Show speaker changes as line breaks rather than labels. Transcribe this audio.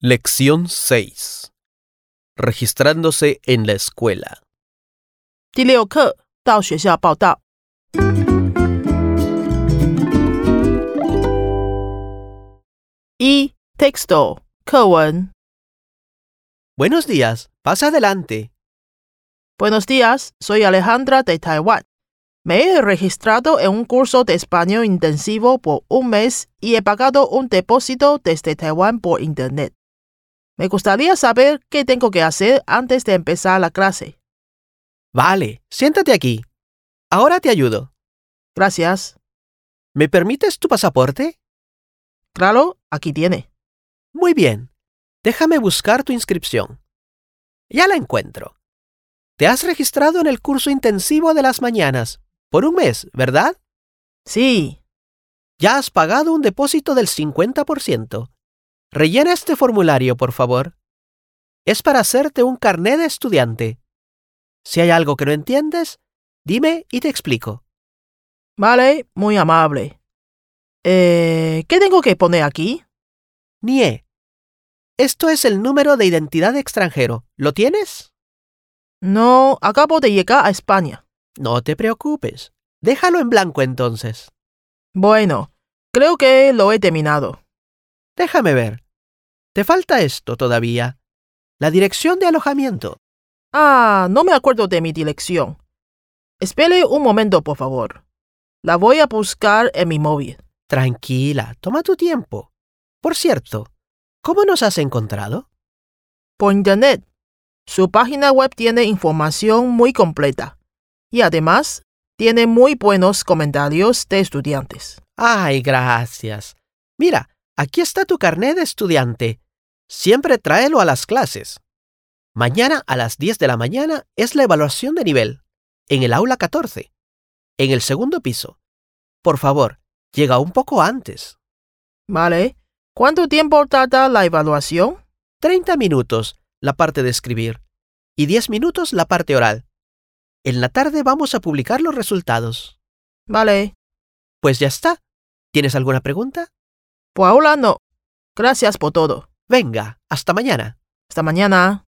Lección 6. Registrándose en la escuela.
第六课到学校报道。一 texto 课文
Buenos días, pasa adelante.
Buenos días, soy Alejandra de Taiwán. Me he registrado en un curso de español intensivo por un mes y he pagado un depósito desde Taiwán por internet. Me gustaría saber qué tengo que hacer antes de empezar la clase.
Vale, siéntate aquí. Ahora te ayudo.
Gracias.
¿Me permites tu pasaporte?
Claro, aquí tiene.
Muy bien. Déjame buscar tu inscripción. Ya la encuentro. Te has registrado en el curso intensivo de las mañanas, por un mes, ¿verdad?
Sí,
Ya has pagado un depósito del 50%. Rellena este formulario, por favor. Es para hacerte un carné de estudiante. Si hay algo que no entiendes, dime y te explico.
vale, muy amable. Eh, ¿Qué tengo que poner aquí?
NIE. Esto es el número de identidad de extranjero. ¿Lo tienes?
No, acabo de llegar a España.
No te preocupes. Déjalo en blanco entonces.
Bueno, creo que lo he terminado.
Déjame ver. Te falta esto todavía. La dirección de alojamiento.
Ah, no me acuerdo de mi dirección. Espere un momento, por favor. La voy a buscar en mi móvil.
Tranquila, toma tu tiempo. Por cierto, ¿cómo nos has encontrado?
Por internet. Su página web tiene información muy completa. Y además, tiene muy buenos comentarios de estudiantes.
Ay, gracias. Mira, aquí está tu carné de estudiante. Siempre tráelo a las clases. Mañana a las 10 de la mañana es la evaluación de nivel, en el aula 14, en el segundo piso. Por favor, llega un poco antes.
¿Vale? ¿Cuánto tiempo tarda la evaluación?
30 minutos la parte de escribir y 10 minutos la parte oral. En la tarde vamos a publicar los resultados.
Vale.
Pues ya está. ¿Tienes alguna pregunta?
Por ahora no. Gracias por todo.
Venga, hasta mañana.
Hasta mañana.